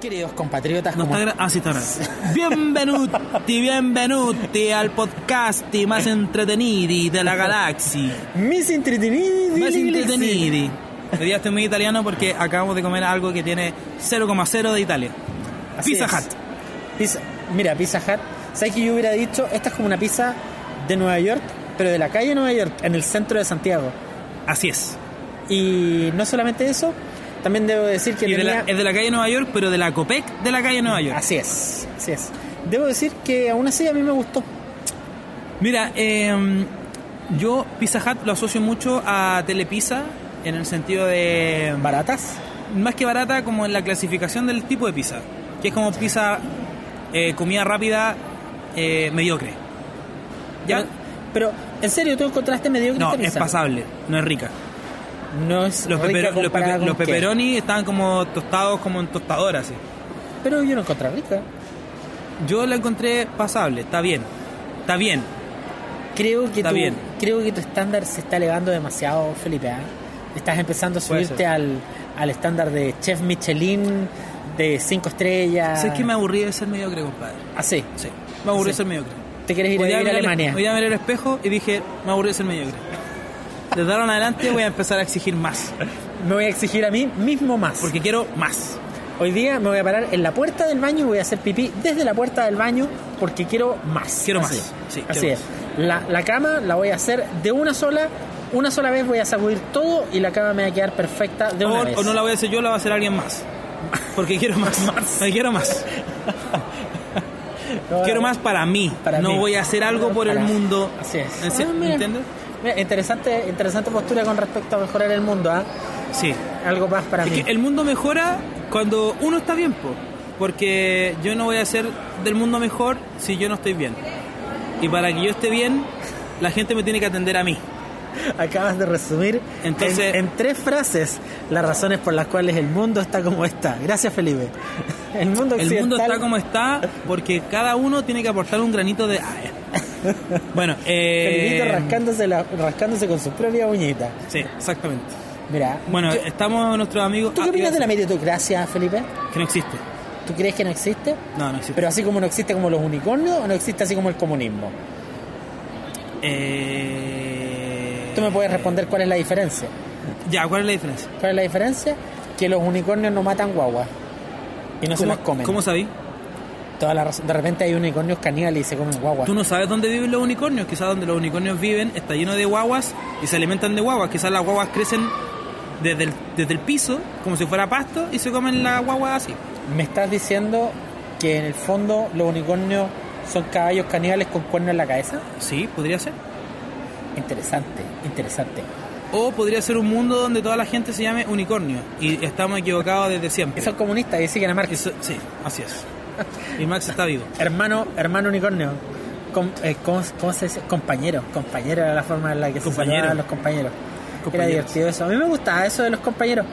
Queridos compatriotas, No como- está gra- Ah, sí está grabando. Bienvenuti, bienvenuti al podcast más entretenido de la galaxia. mis entretenidos. Más entretenido. Hoy día estoy muy italiano porque acabamos de comer algo que tiene 0,0 de Italia. Así Pizza es. Hut. Pizza- mira, Pizza Hut. ¿Sabes que yo hubiera dicho? Esta es como una pizza de Nueva York, pero de la calle de Nueva York, en el centro de Santiago. Así es. Y no solamente eso, también debo decir que Y de la- tenía- es de la calle Nueva York, pero de la Copec de la calle Nueva York. Así es, así es. Debo decir que aún así a mí me gustó. Mira, eh, yo Pizza Hut lo asocio mucho a Telepizza en el sentido de ¿Baratas? más que barata como en la clasificación del tipo de pizza, que es como pizza eh, comida rápida eh, mediocre. ¿Ya? Pero, en serio, tú encontraste mediocre No, esta es pizza? pasable, no es rica. No es Los, rica pepero- los, comparada pepe- con los qué. pepperoni estaban como tostados como en tostadora así. Pero yo no encontré rica. Yo la encontré pasable, está bien. Está bien. Creo que, Está tu, bien. creo que tu estándar se está elevando demasiado, Felipe. ¿ah? Estás empezando a Puede subirte ser. al, al estándar de Chef Michelin, de 5 estrellas. ¿Sabes que me aburrí de ser mediocre, compadre? Así. Sí, me aburrí de Sí. ser mediocre. Te quieres ir a Hoy día vivir a miré al- Alemania. hoy día miré al espejo y dije, me aburrí de ser mediocre. Desde ahora en adelante voy a empezar a exigir más, Me voy a exigir a mí mismo más. porque quiero más. Hoy día me voy a parar en la puerta del baño y voy a hacer pipí desde la puerta del baño porque quiero más. Quiero Así más. es. Sí, Así quiero es. La, la cama la voy a hacer de una sola, una sola vez voy a sacudir todo y la cama me va a quedar perfecta de una O, vez. o no la voy a hacer yo, la va a hacer alguien más. Porque quiero más. Me quiero más. No, Quiero la- más para mí. Para no mí. voy a hacer algo por el Para- mundo. Así es. En se- Ah, mira. ¿Entiendes? Mira, interesante, interesante postura con respecto a mejorar el mundo, ¿ah? Sí. Algo más para Es mí. que el mundo mejora cuando uno está bien, po. porque yo no voy a hacer del mundo mejor si yo no estoy bien. Y para que yo esté bien, la gente me tiene que atender a mí. Acabas de resumir Entonces- en, en tres frases las razones por las cuales el mundo está como está. Gracias, Felipe. El mundo, El mundo occidental- está como está porque cada uno tiene que aportar un granito de... Ah, ya. Bueno, Felipito eh... rascándose, la- rascándose con su propia uñita. Sí, exactamente. Mira, Bueno, yo- estamos nuestros amigos... ¿tú qué Ah, opinas de la que- meritocracia, Felipe? Que no existe. ¿Tú crees que no existe? No, no existe. Pero así como no existe como los unicornios, o no existe así como el comunismo. Eh... Tú me puedes responder cuál es la diferencia. Ya, ¿cuál es la diferencia? ¿Cuál es la diferencia? Que los unicornios no matan guaguas y no se las comen. ¿Cómo sabí? Toda la razón. De repente hay unicornios caníbales y se comen guaguas. Tú no sabes dónde viven los unicornios, quizás donde los unicornios viven está lleno de guaguas y se alimentan de guaguas, quizás las guaguas crecen desde el, desde el piso, como si fuera pasto, y se comen la guagua así. Me estás diciendo que en el fondo los unicornios son caballos caníbales con cuernos en la cabeza. Sí, podría ser. Interesante, interesante. O podría ser un mundo donde toda la gente se llame unicornio, y estamos equivocados desde siempre. Esos comunistas que siguen a Marx. Eso- sí, así es. Y Max está vivo. Hermano, hermano unicornio. Com- eh, ¿cómo, cómo se dice? Compañero. Compañero era la forma en la que se Compañero. saludaban los compañeros. Era Compañeros. divertido eso. A mí me gustaba eso de los compañeros.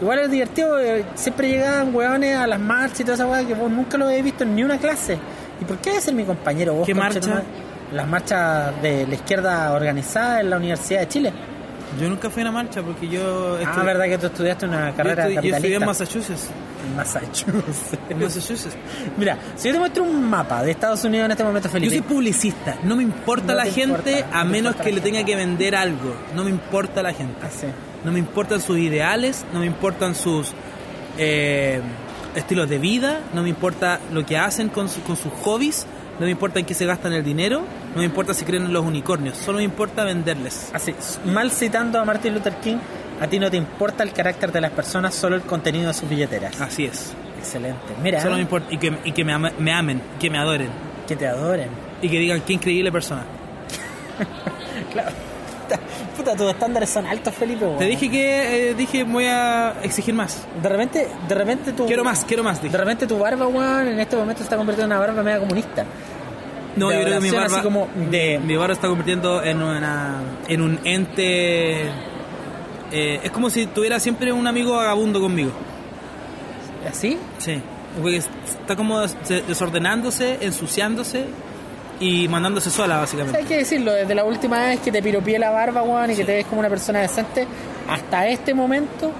Igual era divertido, eh, siempre llegaban hueones a las marchas y toda esa hueá que vos nunca lo habéis visto en ni una clase. ¿Y por qué debe ser mi compañero vos? ¿Qué conchetumare? marcha? Las marchas de la izquierda organizada en la Universidad de Chile. Yo nunca fui a una marcha porque yo... ah, verdad que tú estudiaste una yo, carrera estudié- yo estudié en capitalista. Massachusetts. En Massachusetts. En Massachusetts. Mira, si yo te muestro un mapa de Estados Unidos en este momento, Yo Felipe. soy publicista, no me importa No la te gente importa, no a te menos importa que la le tenga gente. que vender algo. No me importa la gente. Ah, sí. No me importan sus ideales, no me importan sus eh, estilos de vida, no me importa lo que hacen con, su- con sus hobbies, no me importa en qué se gastan el dinero, no me importa si creen en los unicornios, solo me importa venderles. Así, mal citando a Martin Luther King, a ti no te importa el carácter de las personas, solo el contenido de sus billeteras. Así es. Excelente. Mira, eh, Solo me importa. Y que, y que me, ama- me amen, que me adoren que te adoren. y que digan qué increíble persona. Claro. Puta, puta, tus estándares son altos, Felipe. weón. Te dije que eh, dije voy a exigir más. De repente, de repente tu... Quiero más, quiero más. dije. De repente tu barba, weón, en este momento se está convirtiendo en una barba media comunista. No, de yo creo que mi adoración, barba, así como de- mi barba está convirtiendo en, una, en un ente... eh, es como si tuviera siempre un amigo vagabundo conmigo. ¿Así? Sí. Porque es- está como des- desordenándose, ensuciándose y mandándose sola, O sea, básicamente. Hay que decirlo, desde la última vez que te piropié la barba, weón, y que te ves como una persona decente, hasta este momento,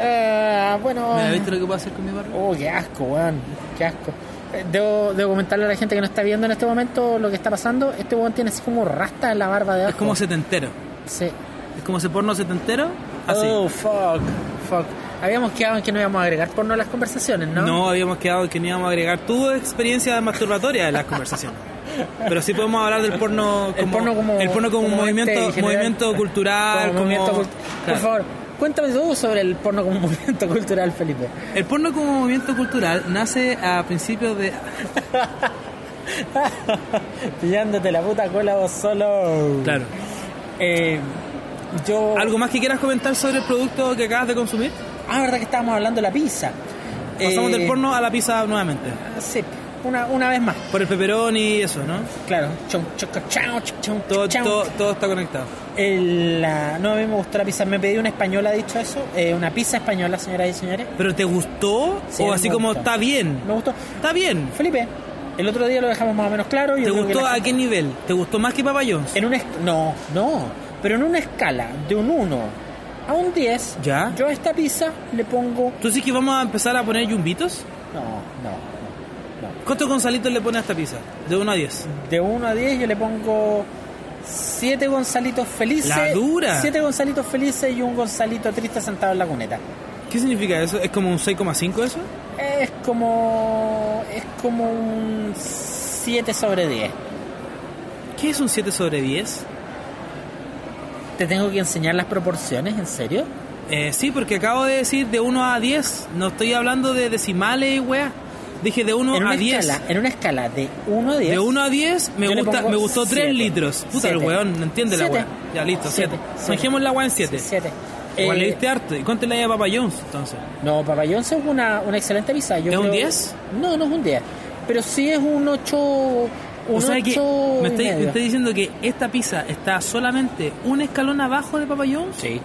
Eh, bueno. Mira, ¿viste lo que puedo hacer con mi barba? Oh, qué asco, weón. Qué asco. Eh, Debo, debo comentarle a la gente que no está viendo en este momento lo que está pasando. Este weón tiene así como rasta en la barba de abajo. Es como setentero. Sí. Es como ese porno setentero. Así. Oh, fuck. Fuck. Habíamos quedado en que no íbamos a agregar porno a las conversaciones, ¿no? ¿no? habíamos quedado que no íamos a agregar. Tuvo experiencia masturbatoria en las conversaciones. Pero sí podemos hablar del porno como, El porno como- el porno como como movimiento, arte en general. movimiento cultural. Como movimiento ah, como- cult- Por Claro. favor, cuéntame tú sobre el porno como movimiento cultural, Felipe. El porno como movimiento cultural nace a principios de. Pillándote la puta cola vos solo. Claro. Eh, yo. ¿Algo más que quieras comentar sobre el producto que acabas de consumir? Ah, verdad que estábamos hablando de la pizza. Pasamos Eh, del porno a la pizza nuevamente. Sí, una, una vez más. Por el pepperoni y eso, ¿no? Claro. Chau, chau, chau, chau, chau, Todo, chau. todo, todo está conectado. El, la- no, a mí me gustó la pizza. Me pedí una española, dicho eso. eh, una pizza española, señoras y señores. ¿Pero te gustó? Sí, ¿O me así como gustó. está bien? Me gustó. Está bien. Felipe, el otro día lo dejamos más o menos claro. yo ¿Te creo que gustó la a gente- qué nivel? ¿Te gustó más que Papa John's? En una es- no, no. Pero en una escala de un 1 a un 10, Ya. yo a esta pizza le pongo. ¿Tú sí que vamos a empezar a poner yumbitos? No, no, no. ¿Cuántos Gonzalitos le pone a esta pizza? De 1 a 10. De 1 a 10 yo le pongo 7 Gonzalitos felices. La dura. 7 Gonzalitos felices y un Gonzalito triste sentado en la cuneta. ¿Qué significa eso? ¿Es como un 6,5 eso? Es como. Es como un 7 sobre 10. ¿Qué es un 7 sobre 10? ¿Te tengo que enseñar las proporciones? ¿En serio? Eh, sí, porque acabo de decir de 1 a 10. No estoy hablando de decimales y weá. Dije de 1 en, una a 10. escala, en una escala de 1 a 10. De 1 a 10 me, Yo le gusta, pongo me gustó 3 siete. litros. Puta, el Siete. weón no entiende la Siete. weá. Ya, listo, Siete. 7. Siete. Dejemos la weá en 7. 7. Igual le diste harto. ¿Y cuánto le da a Papa Jones entonces? Eh, No, Papa John's es una, una excelente pizza. Yo ¿Es un creo- 10? No, no es un 10. Pero sí es un 8. Un o sea que ocho me y estáis medio. estáis diciendo que esta pizza está solamente un escalón abajo de Papa Jones. Sí.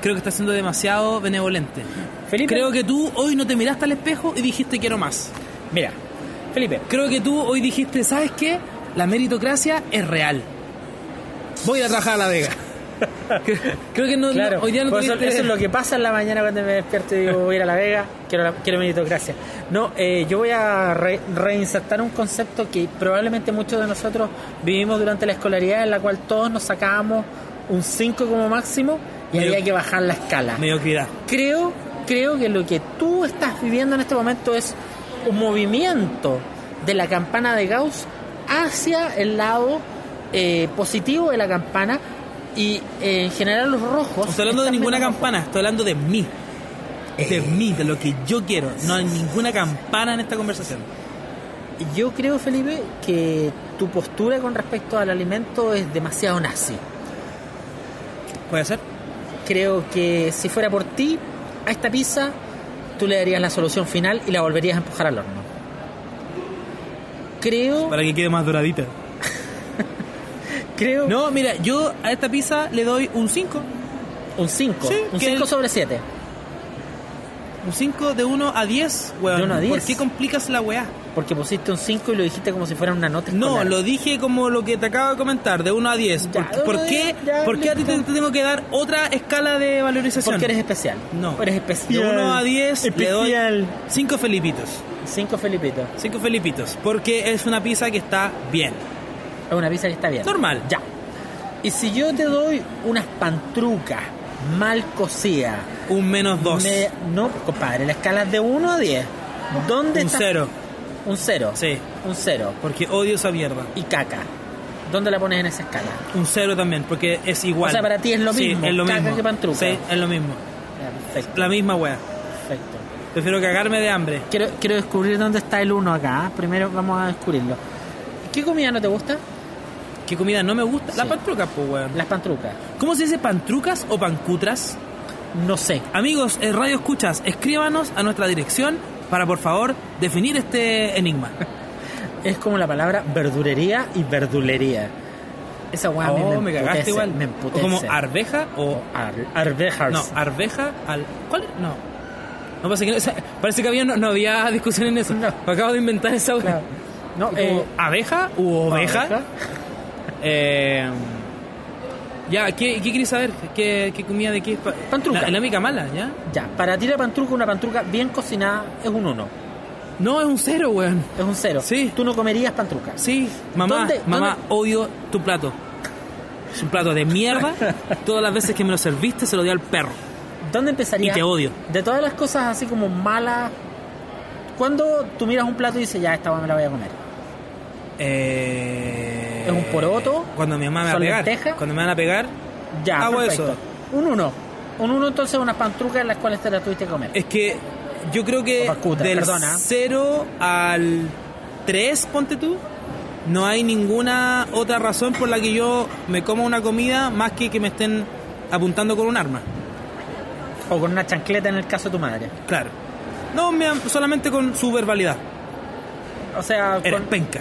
Creo que está siendo demasiado benevolente. Felipe. Creo que tú hoy no te miraste al espejo y dijiste quiero más. Mira, Felipe. Creo que tú hoy dijiste, ¿sabes qué? La meritocracia es real. Voy a trabajar a la Vega. Creo- Creo que no, Claro, no- hoy día no pues eso, tuviste- eso es lo que pasa en la mañana cuando me despierto y digo voy a ir a La Vega, quiero, la- quiero meritocracia. No, eh, yo voy a re- reinsertar un concepto que probablemente muchos de nosotros vivimos durante la escolaridad en la cual todos nos sacábamos un 5 como máximo y Medio- había que bajar la escala. Mediocridad. creo, creo que lo que tú estás viviendo en este momento es un movimiento de la campana de Gauss hacia el lado eh, positivo de la campana y eh, en general los rojos. No estoy hablando de están ninguna menos campana, estoy hablando de mí. De Eh. mí, de lo que yo quiero. No hay ninguna campana en esta conversación. rojos. Yo creo, Felipe, que tu postura con respecto al alimento es demasiado nazi. ¿Puede ser? Creo que si fuera por ti, a esta pizza tú le darías la solución final y la volverías a empujar al horno. Creo, Para que quede más doradita. creo No, mira, yo a esta pizza le doy un 5. Un 5. Sí, un que 5 el- sobre 7. Un 5 de 1 a 10, weón. De uno a ¿Por diez. qué complicas la weá? Porque pusiste un 5 y lo dijiste como si fuera una nota No, escolar. lo dije como lo que te acabo de comentar, de 1 a 10. Ya, ¿Por, por uno a qué, diez, ya, por qué a ti te, listo. te tengo que dar otra escala de valorización? Porque eres especial. No. Eres especial. De 1 a 10 le doy Especial. 5 felipitos. 5 Felipito. 5 felipitos. Porque es una pizza que está bien. Es una pizza que está bien. Normal. Ya. Y si yo te doy unas pantrucas mal cocidas. Un menos 2. me- No, compadre, la escala es de 1 a 10. ¿Dónde Un está? 0. Un 0. Sí. Un 0. Porque odio esa mierda. Y caca. ¿Dónde la pones en esa escala? Un 0 también, porque es igual. O sea, para ti es lo Sí, mismo, es lo caca mismo. que pantruca. Sí, es lo mismo. Ya, Perfecto. La misma weá. Perfecto. Prefiero cagarme de hambre. Quiero, quiero descubrir dónde está el 1 acá. ¿eh? Primero vamos a descubrirlo. ¿Qué comida no te gusta? ¿Qué comida no me gusta? La Sí. pantruca, pues weón. Las pantrucas. ¿Cómo se dice pantrucas o pancutras? No sé. Amigos, eh, Radio Escuchas, escríbanos a nuestra dirección para por favor definir este enigma. Es como la palabra verdurería y verdulería. Esa weá a mí oh, Ah, me, me emputece, cagaste igual. Me o emputece. como arveja o. Ar- arvejas. No, arveja al. ¿Cuál? No. No pasa que no- o sea, parece que había, no, no había discusión en eso. No. Me acabo de inventar esa wea. Claro. No, Como eh, ¿Abeja u oveja? abeja. Eh, Ya, ¿qué, qué quieres saber? ¿Qué, qué comida de qué es? pa- Pantruca. La, la mica mala, ¿ya? Ya, para ti la pantruca, una pantruca bien cocinada es un 1, No, es un cero, weón. es un 0. Sí. Tú no comerías pantruca. Sí, mamá, ¿Dónde- mamá, odio tu plato. Es un plato de mierda. Todas las veces que me lo serviste se lo di al perro. ¿Dónde empezarías? Y te odio. De todas las cosas así como malas, ¿cuándo tú miras un plato y dices, ya, esta weá me la voy a comer? Eh, ¿Es un poroto? Cuando mi mamá me va a ¿Son pegar. lentejas? Cuando me van a pegar. Ya, Hago perfecto. eso. Un 1. Un 1 entonces unas pantrucas en las cuales te las tuviste que comer. Es que yo creo que Opacuta, del perdona. 0 al 3, ponte tú, no hay ninguna otra razón por la que yo me coma una comida más que que me estén apuntando con un arma. O con una chancleta en el caso de tu madre. Claro. No, me- solamente con su verbalidad. O sea, Eres con- penca.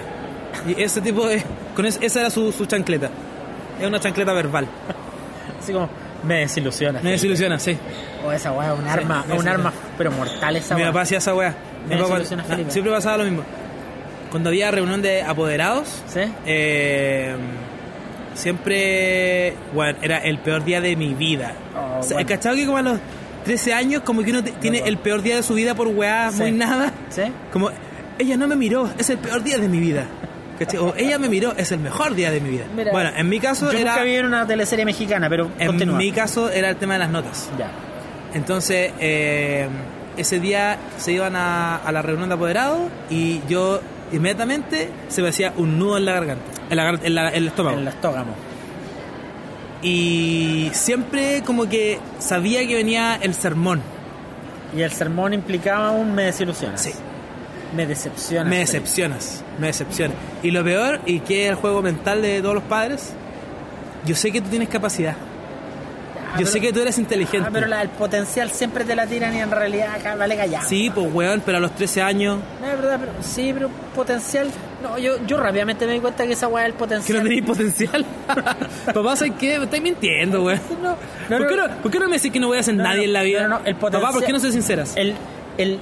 Y ese tipo de... Con es- esa era su, su chancleta. Es una chancleta verbal. así como, me desilusiona. Me desilusiona, sí. O esa weá es un arma, me es un desilusiona. arma, pero mortal esa Mi weá. papá hacía esa weá. Me Mi papá- desilusiona, ah, Felipe. siempre pasaba lo mismo. Cuando había reunión de apoderados, ¿Sí? eh, siempre, bueno, era el peor día de mi vida. Oh, O sea, bueno. ¿Cachado que como a los 13 años, como que uno te- tiene bueno. el peor día de su vida por weá, Sí. muy nada? ¿Sí? Como, ella no me miró, es el peor día de mi vida. ¿Cachai? O ella me miró, es el mejor día de mi vida. Mira, bueno, en mi caso Yo nunca era... vi en una teleserie mexicana, pero En continúa. mi caso era el tema de las notas. Ya. Entonces, eh, ese día se iban a, a la reunión de apoderados y yo inmediatamente se me hacía un nudo en la garganta, en, la gar- en la- en el estómago. En el estómago. Y siempre como que sabía que venía el sermón. Y el sermón implicaba un me desilusionas. Sí. Me decepciona. Me decepcionas, me decepcionas. Y lo peor, y que es el juego mental de todos los padres, yo sé que tú tienes capacidad, yo sé que tú eres inteligente. Ah, pero la- el potencial siempre te la tiran y en realidad acá vale callado. Sí, pues weón, pero a los 13 años No, es verdad, pero sí, pero potencial. No, yo, yo rápidamente me di cuenta que esa weá es el Que no potencial. tenéis potencial. Papá, ¿sabes qué? Me estáis mintiendo, güey. No, no, ¿Por, qué no. no, por qué no me decís que no voy a ser No, nadie no, en la no, vida? no, el potencial- Papá, ¿por qué no soy sinceras? El, el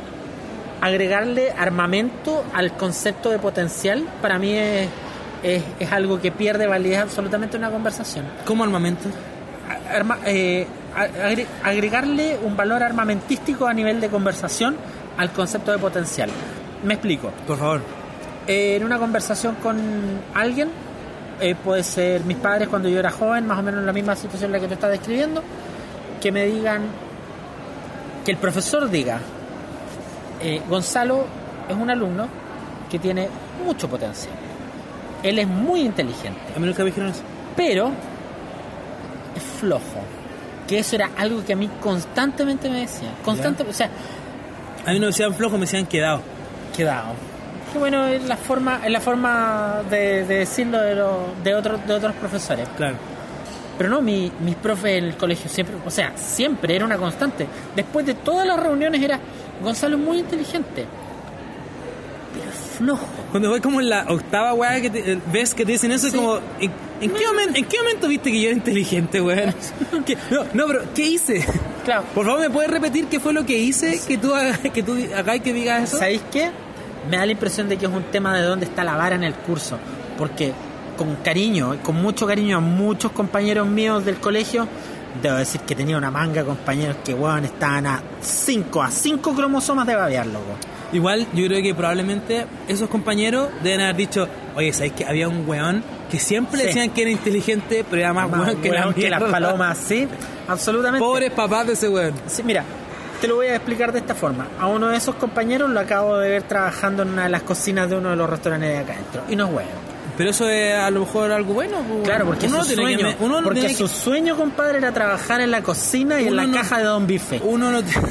agregarle armamento al concepto de potencial para mí es, es, es algo que pierde validez absolutamente en una conversación. ¿Cómo armamento? A- arma- eh, a- agre- agregarle un valor armamentístico a nivel de conversación al concepto de potencial. Me explico. Por favor. Eh, en una conversación con alguien, eh, puede ser mis padres cuando yo era joven, más o menos en la misma situación en la que tú estás describiendo, que me digan, que el profesor diga, eh, Gonzalo es un alumno que tiene mucho potencial. Él es muy inteligente A mí nunca me dijeron eso. pero es flojo. Que eso era algo que a mí constantemente me decían. Constante, o sea, A mí no me decían flojo, me decían quedado. quedado. Que bueno, es la forma, es la forma de, de decirlo de, los- de, otros de otros profesores. Claro. Pero no, mi, mis profes en el colegio siempre, o sea, siempre era una constante. Después de todas las reuniones era, Gonzalo es muy inteligente. Pero es flojo. Cuando voy como en la octava weá que te- eh, ves que te dicen Sí. eso, es como. ¿en, en qué momento, ¿En qué momento viste que yo era inteligente, weón? ¿Qué- No, no, pero ¿qué hice? Claro, Por favor, ¿me puedes repetir qué fue lo que hice que tú, hagas- que tú hagáis que digas eso? ¿Sabéis qué? Me da la impresión de que es un tema de dónde está la vara en el curso. Porque con cariño, con mucho cariño a muchos compañeros míos del colegio, debo decir que tenía una manga de compañeros que, weón, estaban a 5, a 5 cromosomas de babear, loco. Igual yo creo que probablemente esos compañeros deben haber dicho, oye, ¿sabéis que había un weón que siempre Sí. decían que era inteligente, pero era más, Más weón que, weón la que las mierda"? palomas, sí, absolutamente. Pobres papás de ese weón. Sí, mira, te lo voy a explicar de esta forma. A uno de esos compañeros lo acabo de ver trabajando en una de las cocinas de uno de los restaurantes de acá adentro. Y no es bueno. Pero eso es a lo mejor algo bueno. pues, Claro, porque uno su tiene que sueño, me- uno no porque tiene que- su sueño, compadre, era trabajar en la cocina y en Uno la no- caja de Don Bife. uno no tiene-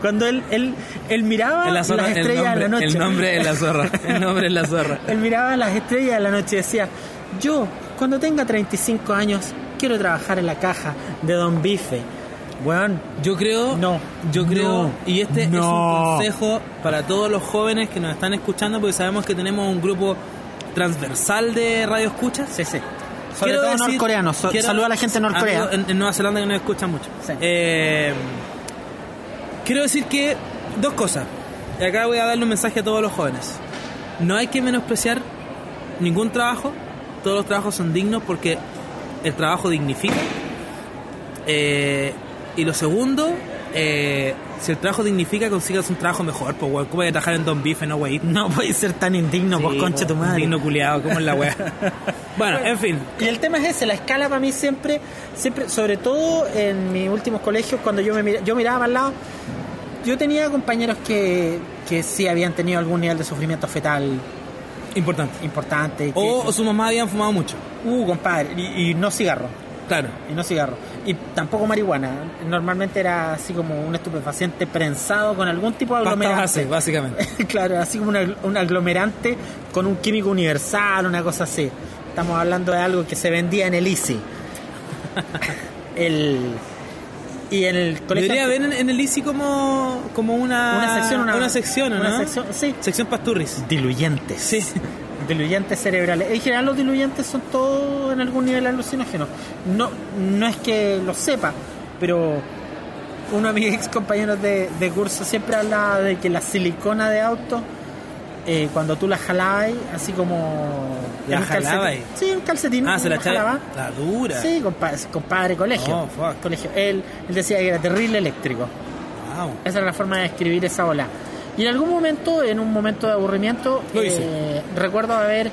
Cuando él, él, él miraba en la zorra, las el, estrellas nombre, de la noche. el nombre es la zorra. El nombre es la zorra. él miraba las estrellas de la noche y decía, yo, cuando tenga 35 años, quiero trabajar en la caja de Don Bife. Weón, Yo creo, No, yo creo, no, y este no. es un consejo para todos los jóvenes que nos están escuchando, porque sabemos que tenemos un grupo transversal de radio escuchas. sí, sí. Sobre Quiero todo decir- norcoreanos. So- quiero- saluda a la gente norcoreana. amigos En, en Nueva Zelanda que nos escuchan mucho. Sí. Eh, quiero decir que dos cosas. Y acá voy a darle un mensaje a todos los jóvenes. No hay que menospreciar ningún trabajo. Todos los trabajos son dignos porque el trabajo dignifica. Eh, y lo segundo, eh, si el trabajo dignifica, consigas un trabajo mejor. Pues, weón, ¿cómo voy a trabajar en Don Bife, no, wey? No puede ser tan indigno, por concha tu madre. Digno culiado, ¿cómo es la weá? bueno, en fin. Y el tema es ese, la escala para mí siempre, siempre, sobre todo en mis últimos colegios, cuando yo me mira- yo miraba para el lado, yo tenía compañeros que, que sí habían tenido algún nivel de sufrimiento fetal Importante. importante. que- O, o su mamá habían fumado mucho. uh, compadre, y, y no cigarro, Claro. y no cigarro, y tampoco marihuana. Normalmente era así como un estupefaciente prensado con algún tipo de Pasta aglomerante. base, básicamente. claro, así como una- un aglomerante con un químico universal, una cosa así. Estamos hablando de algo que se vendía en el ICI. el, y en el colegio. Debería haber en, en el ICI como, como una, Una sección, una- una sección, ¿o una ¿no? sección, sí. Sección Pasturris. Diluyentes. Sí. Diluyentes cerebrales. En general, los diluyentes son todos en algún nivel alucinógenos. No, no es que lo sepa, pero uno de mis ex compañeros de, de curso siempre hablaba de que la silicona de auto, eh, cuando tú la jalabas, así como. ¿La en un calcetín- jalabas? Sí, en un calcetín. Ah, se la uno jalaba. echaba. La dura. Sí, compadre, compadre colegio. Oh, fuck. colegio. Él, él decía que era terrible eléctrico. Wow. Esa era la forma de escribir esa ola. Y en algún momento, en un momento de aburrimiento, Lo hice. eh, recuerdo haber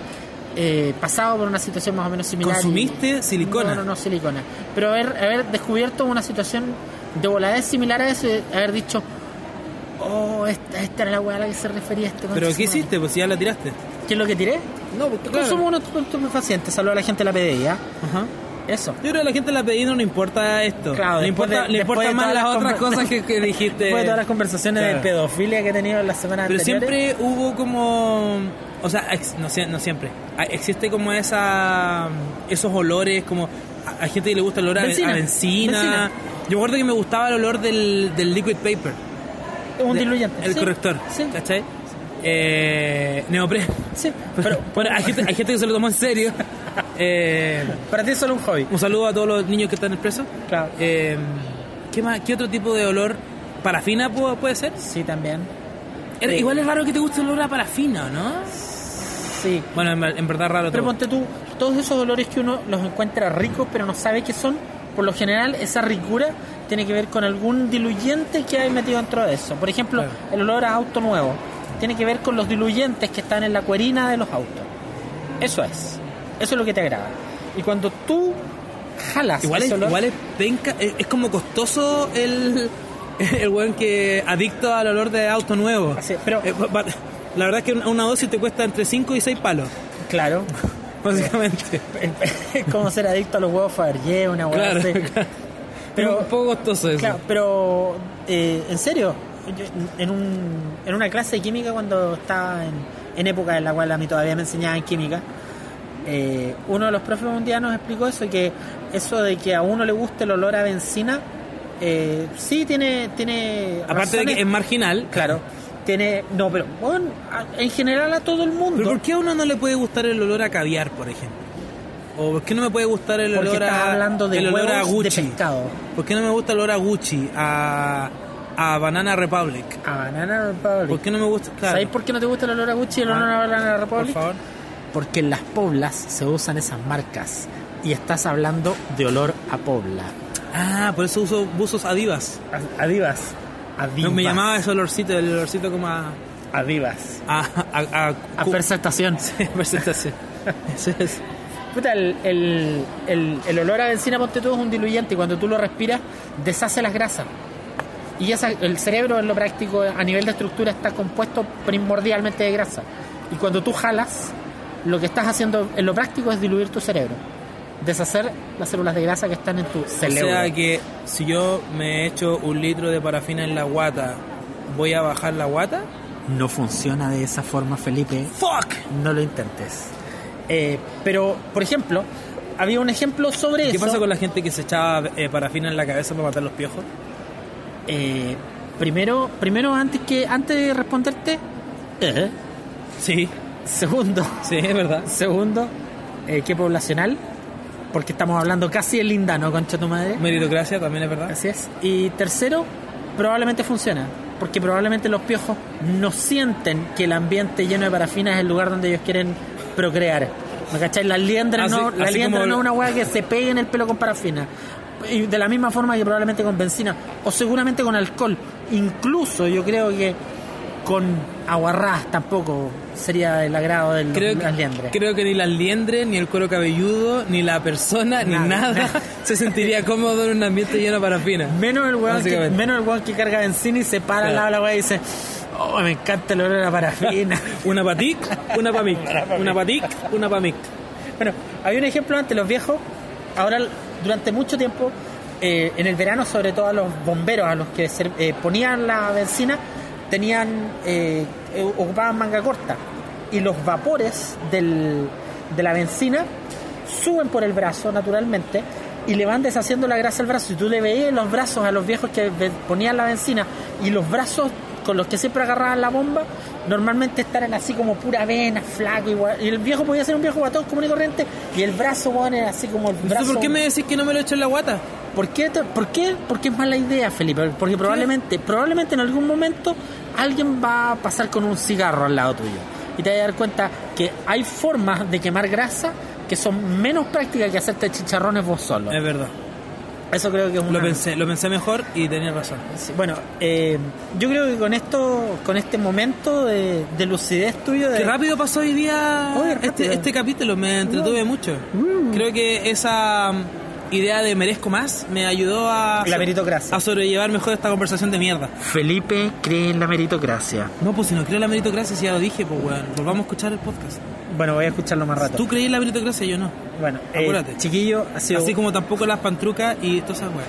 eh, pasado por una situación más o menos similar. y- ¿Consumiste silicona? No, no, no, silicona. Pero haber, haber descubierto una situación de voladez similar a eso y haber dicho, oh, esta, esta era la weá a la que se refería este concha ¿Pero de su qué madre". hiciste? Pues si ya la tiraste. ¿Qué es lo que tiré? No, porque Consumo unos estupefacientes, saludo a la gente de la PDI, ¿ah? Ajá. Eso. Yo creo que a la gente la pedí no le importa esto. Claro, le después importa, de- le después importa de más todas las las otras conver- cosas que, que dijiste. Después de todas las conversaciones Eh, Claro. de pedofilia que he tenido en las semanas Pero anteriores. siempre hubo como. O sea, ex- no, sé- no siempre. Ah, Existe como esa esos olores, como. a- Hay gente que le gusta el olor a- Benzina. a benzina. Benzina. Yo recuerdo que me gustaba el olor del, del liquid paper. Es un de- diluyente. El Sí, corrector. Sí, ¿Cachai? Eh, neopreno. sí. Pero, bueno, hay gente, hay gente que se lo tomó en serio. Eh, Para ti es solo un hobby. un saludo a todos los niños que están presos. Claro. Eh, ¿qué, más, ¿Qué otro tipo de olor? ¿Parafina pu- puede ser? Sí, también. Era- Sí. Igual es raro que te guste el olor a parafina, ¿no? Sí. Bueno, en, en verdad raro Pero todo. ponte tú, todos esos dolores que uno los encuentra ricos, pero no sabe qué son, por lo general esa ricura tiene que ver con algún diluyente que hay metido dentro de eso. Por ejemplo, Claro. el olor a auto nuevo tiene que ver con los diluyentes que están en la cuerina de los autos. Eso es. Eso es lo que te agrada. Y cuando tú jalas Igual es, ese olor- igual es penca- es, es como costoso el, el weón que adicto al olor de auto nuevo. Así es, pero- Eh, va- va- la verdad es que una- una dosis te cuesta entre 5 y 6 palos, Claro. básicamente. es como ser adicto a los huevos Fabergé, una hueá Claro, así. claro. Pero- Pero un poco costoso eso. Claro, pero eh, en serio, yo- en, un- en una clase de química cuando estaba en, en época en la cual a mí todavía me enseñaban química, eh, uno de los profes un día nos explicó eso, que eso de que a uno le guste el olor a benzina, eh, sí tiene... tiene Aparte de razones. que es marginal. Claro, tiene... No, pero bueno, a- en general a todo el mundo. ¿Pero por qué a uno no le puede gustar el olor a caviar, por ejemplo? ¿O por qué no me puede gustar el Porque olor estás a hablando de el olor a huevos de Gucci? pescado. ¿Por qué no me gusta el olor a Gucci, a, a Banana Republic? A Banana Republic. ¿Por qué no me gusta? Claro. ¿Sabéis por qué no te gusta el olor a Gucci y el Ah, olor a Banana Republic? por favor. Porque en las poblas se usan esas marcas. Y estás hablando de olor a pobla. Ah, por eso uso buzos Adivas. Adivas. No, Adivas. me llamaba ese olorcito, el olorcito como a Adivas. a a, a, A cu- perceptación. presentación. Eso es. Puta, el, el, el, el olor a benzina, ponte tú, es un diluyente. Y cuando tú lo respiras, deshace las grasas. Y esa- el cerebro, en lo práctico, a nivel de estructura, está compuesto primordialmente de grasa. Y cuando tú jalas, lo que estás haciendo en lo práctico es diluir tu cerebro. Deshacer las células de grasa que están en tu O cerebro. sea que si yo me echo un litro de parafina en la guata, voy a bajar la guata. No funciona de esa forma, Felipe. Fuck. No lo intentes. Eh, pero, por ejemplo, había un ejemplo sobre ¿Qué eso. pasa con la gente que se echaba eh, parafina en la cabeza para matar los piojos? Eh, primero, primero antes que antes de responderte. eh, Sí, Segundo, sí, es verdad. segundo, eh, ¿qué poblacional? Porque estamos hablando casi del lindano, concha tu madre. Meritocracia también es verdad. Así es. Y tercero, probablemente funciona. Porque probablemente los piojos no sienten que el ambiente lleno de parafina es el lugar donde ellos quieren procrear. ¿Me cacháis? La liendra, Así- no, la así liendra como- no es una hueá que se pegue en el pelo con parafina. Y de la misma forma que probablemente con benzina o seguramente con alcohol. Incluso yo creo que con aguarrás tampoco sería el agrado del Creo las que, liendres. creo que ni las liendres, ni el cuero cabelludo, ni la persona, ni Nada, nada, nada. se sentiría cómodo en un ambiente lleno de parafina. Menos el weón que, Básicamente. menos el weón que carga benzina y se para al Claro. lado de la weá y dice, oh, me encanta el olor a la parafina. Una patic, una pamic. Una patic, una pamic. bueno, había un ejemplo antes, los viejos, ahora durante mucho tiempo, eh, en el verano sobre todo a los bomberos, a los que ser- eh, ponían la benzina, tenían, eh, eh, ocupaban manga corta. Y los vapores del, de la benzina suben por el brazo naturalmente y le van deshaciendo la grasa al brazo. Y tú le veías los brazos a los viejos que ve- ponían la benzina y los brazos con los que siempre agarraban la bomba, normalmente estaban así como pura vena, flaco. Y, gua- y el viejo podía ser un viejo guatón común y corriente y el brazo, weón, era así como el Entonces, brazo. ¿Por qué me decís que no me lo echo en la guata? ¿Por qué? te- ¿Por qué? Porque es mala idea, Felipe. Porque probablemente, probablemente en algún momento alguien va a pasar con un cigarro al lado tuyo. Y te vas a dar cuenta que hay formas de quemar grasa que son menos prácticas que hacerte chicharrones vos solo. Es verdad. Eso creo que es una... Lo pensé, lo pensé mejor y tenías razón. Sí, Bueno, eh, yo creo que con esto, con este momento de, de lucidez tuyo, de... Qué rápido pasó hoy día Oye, rápido. Mm. este, este capítulo, me entretuve mucho. Creo que esa mm, idea de merezco más me ayudó a, La meritocracia. a sobrellevar mejor esta conversación de mierda. Felipe cree en la meritocracia. No, pues si no creo en la meritocracia, si ya lo dije, pues weón, volvamos a escuchar el podcast. Bueno, voy a escucharlo más rato. Tú creí en la meritocracia, yo no. Bueno, eh, Apúrate. chiquillo, ha sido... Así como tampoco las pantrucas y todas esas weas.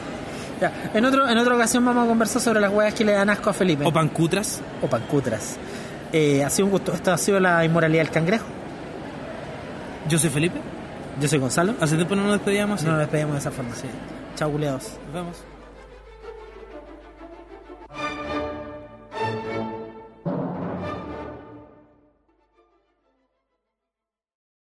Ya, En, otro, en otra ocasión vamos a conversar sobre las huevas que le dan asco a Felipe. O pancutras. O pancutras. Eh, ha sido un gusto. Esto ha sido la inmoralidad del cangrejo. Yo soy Felipe. Yo soy Gonzalo. Hace tiempo no nos despedíamos. así. No nos despedimos de esa forma. Chao, culeados. Nos vemos.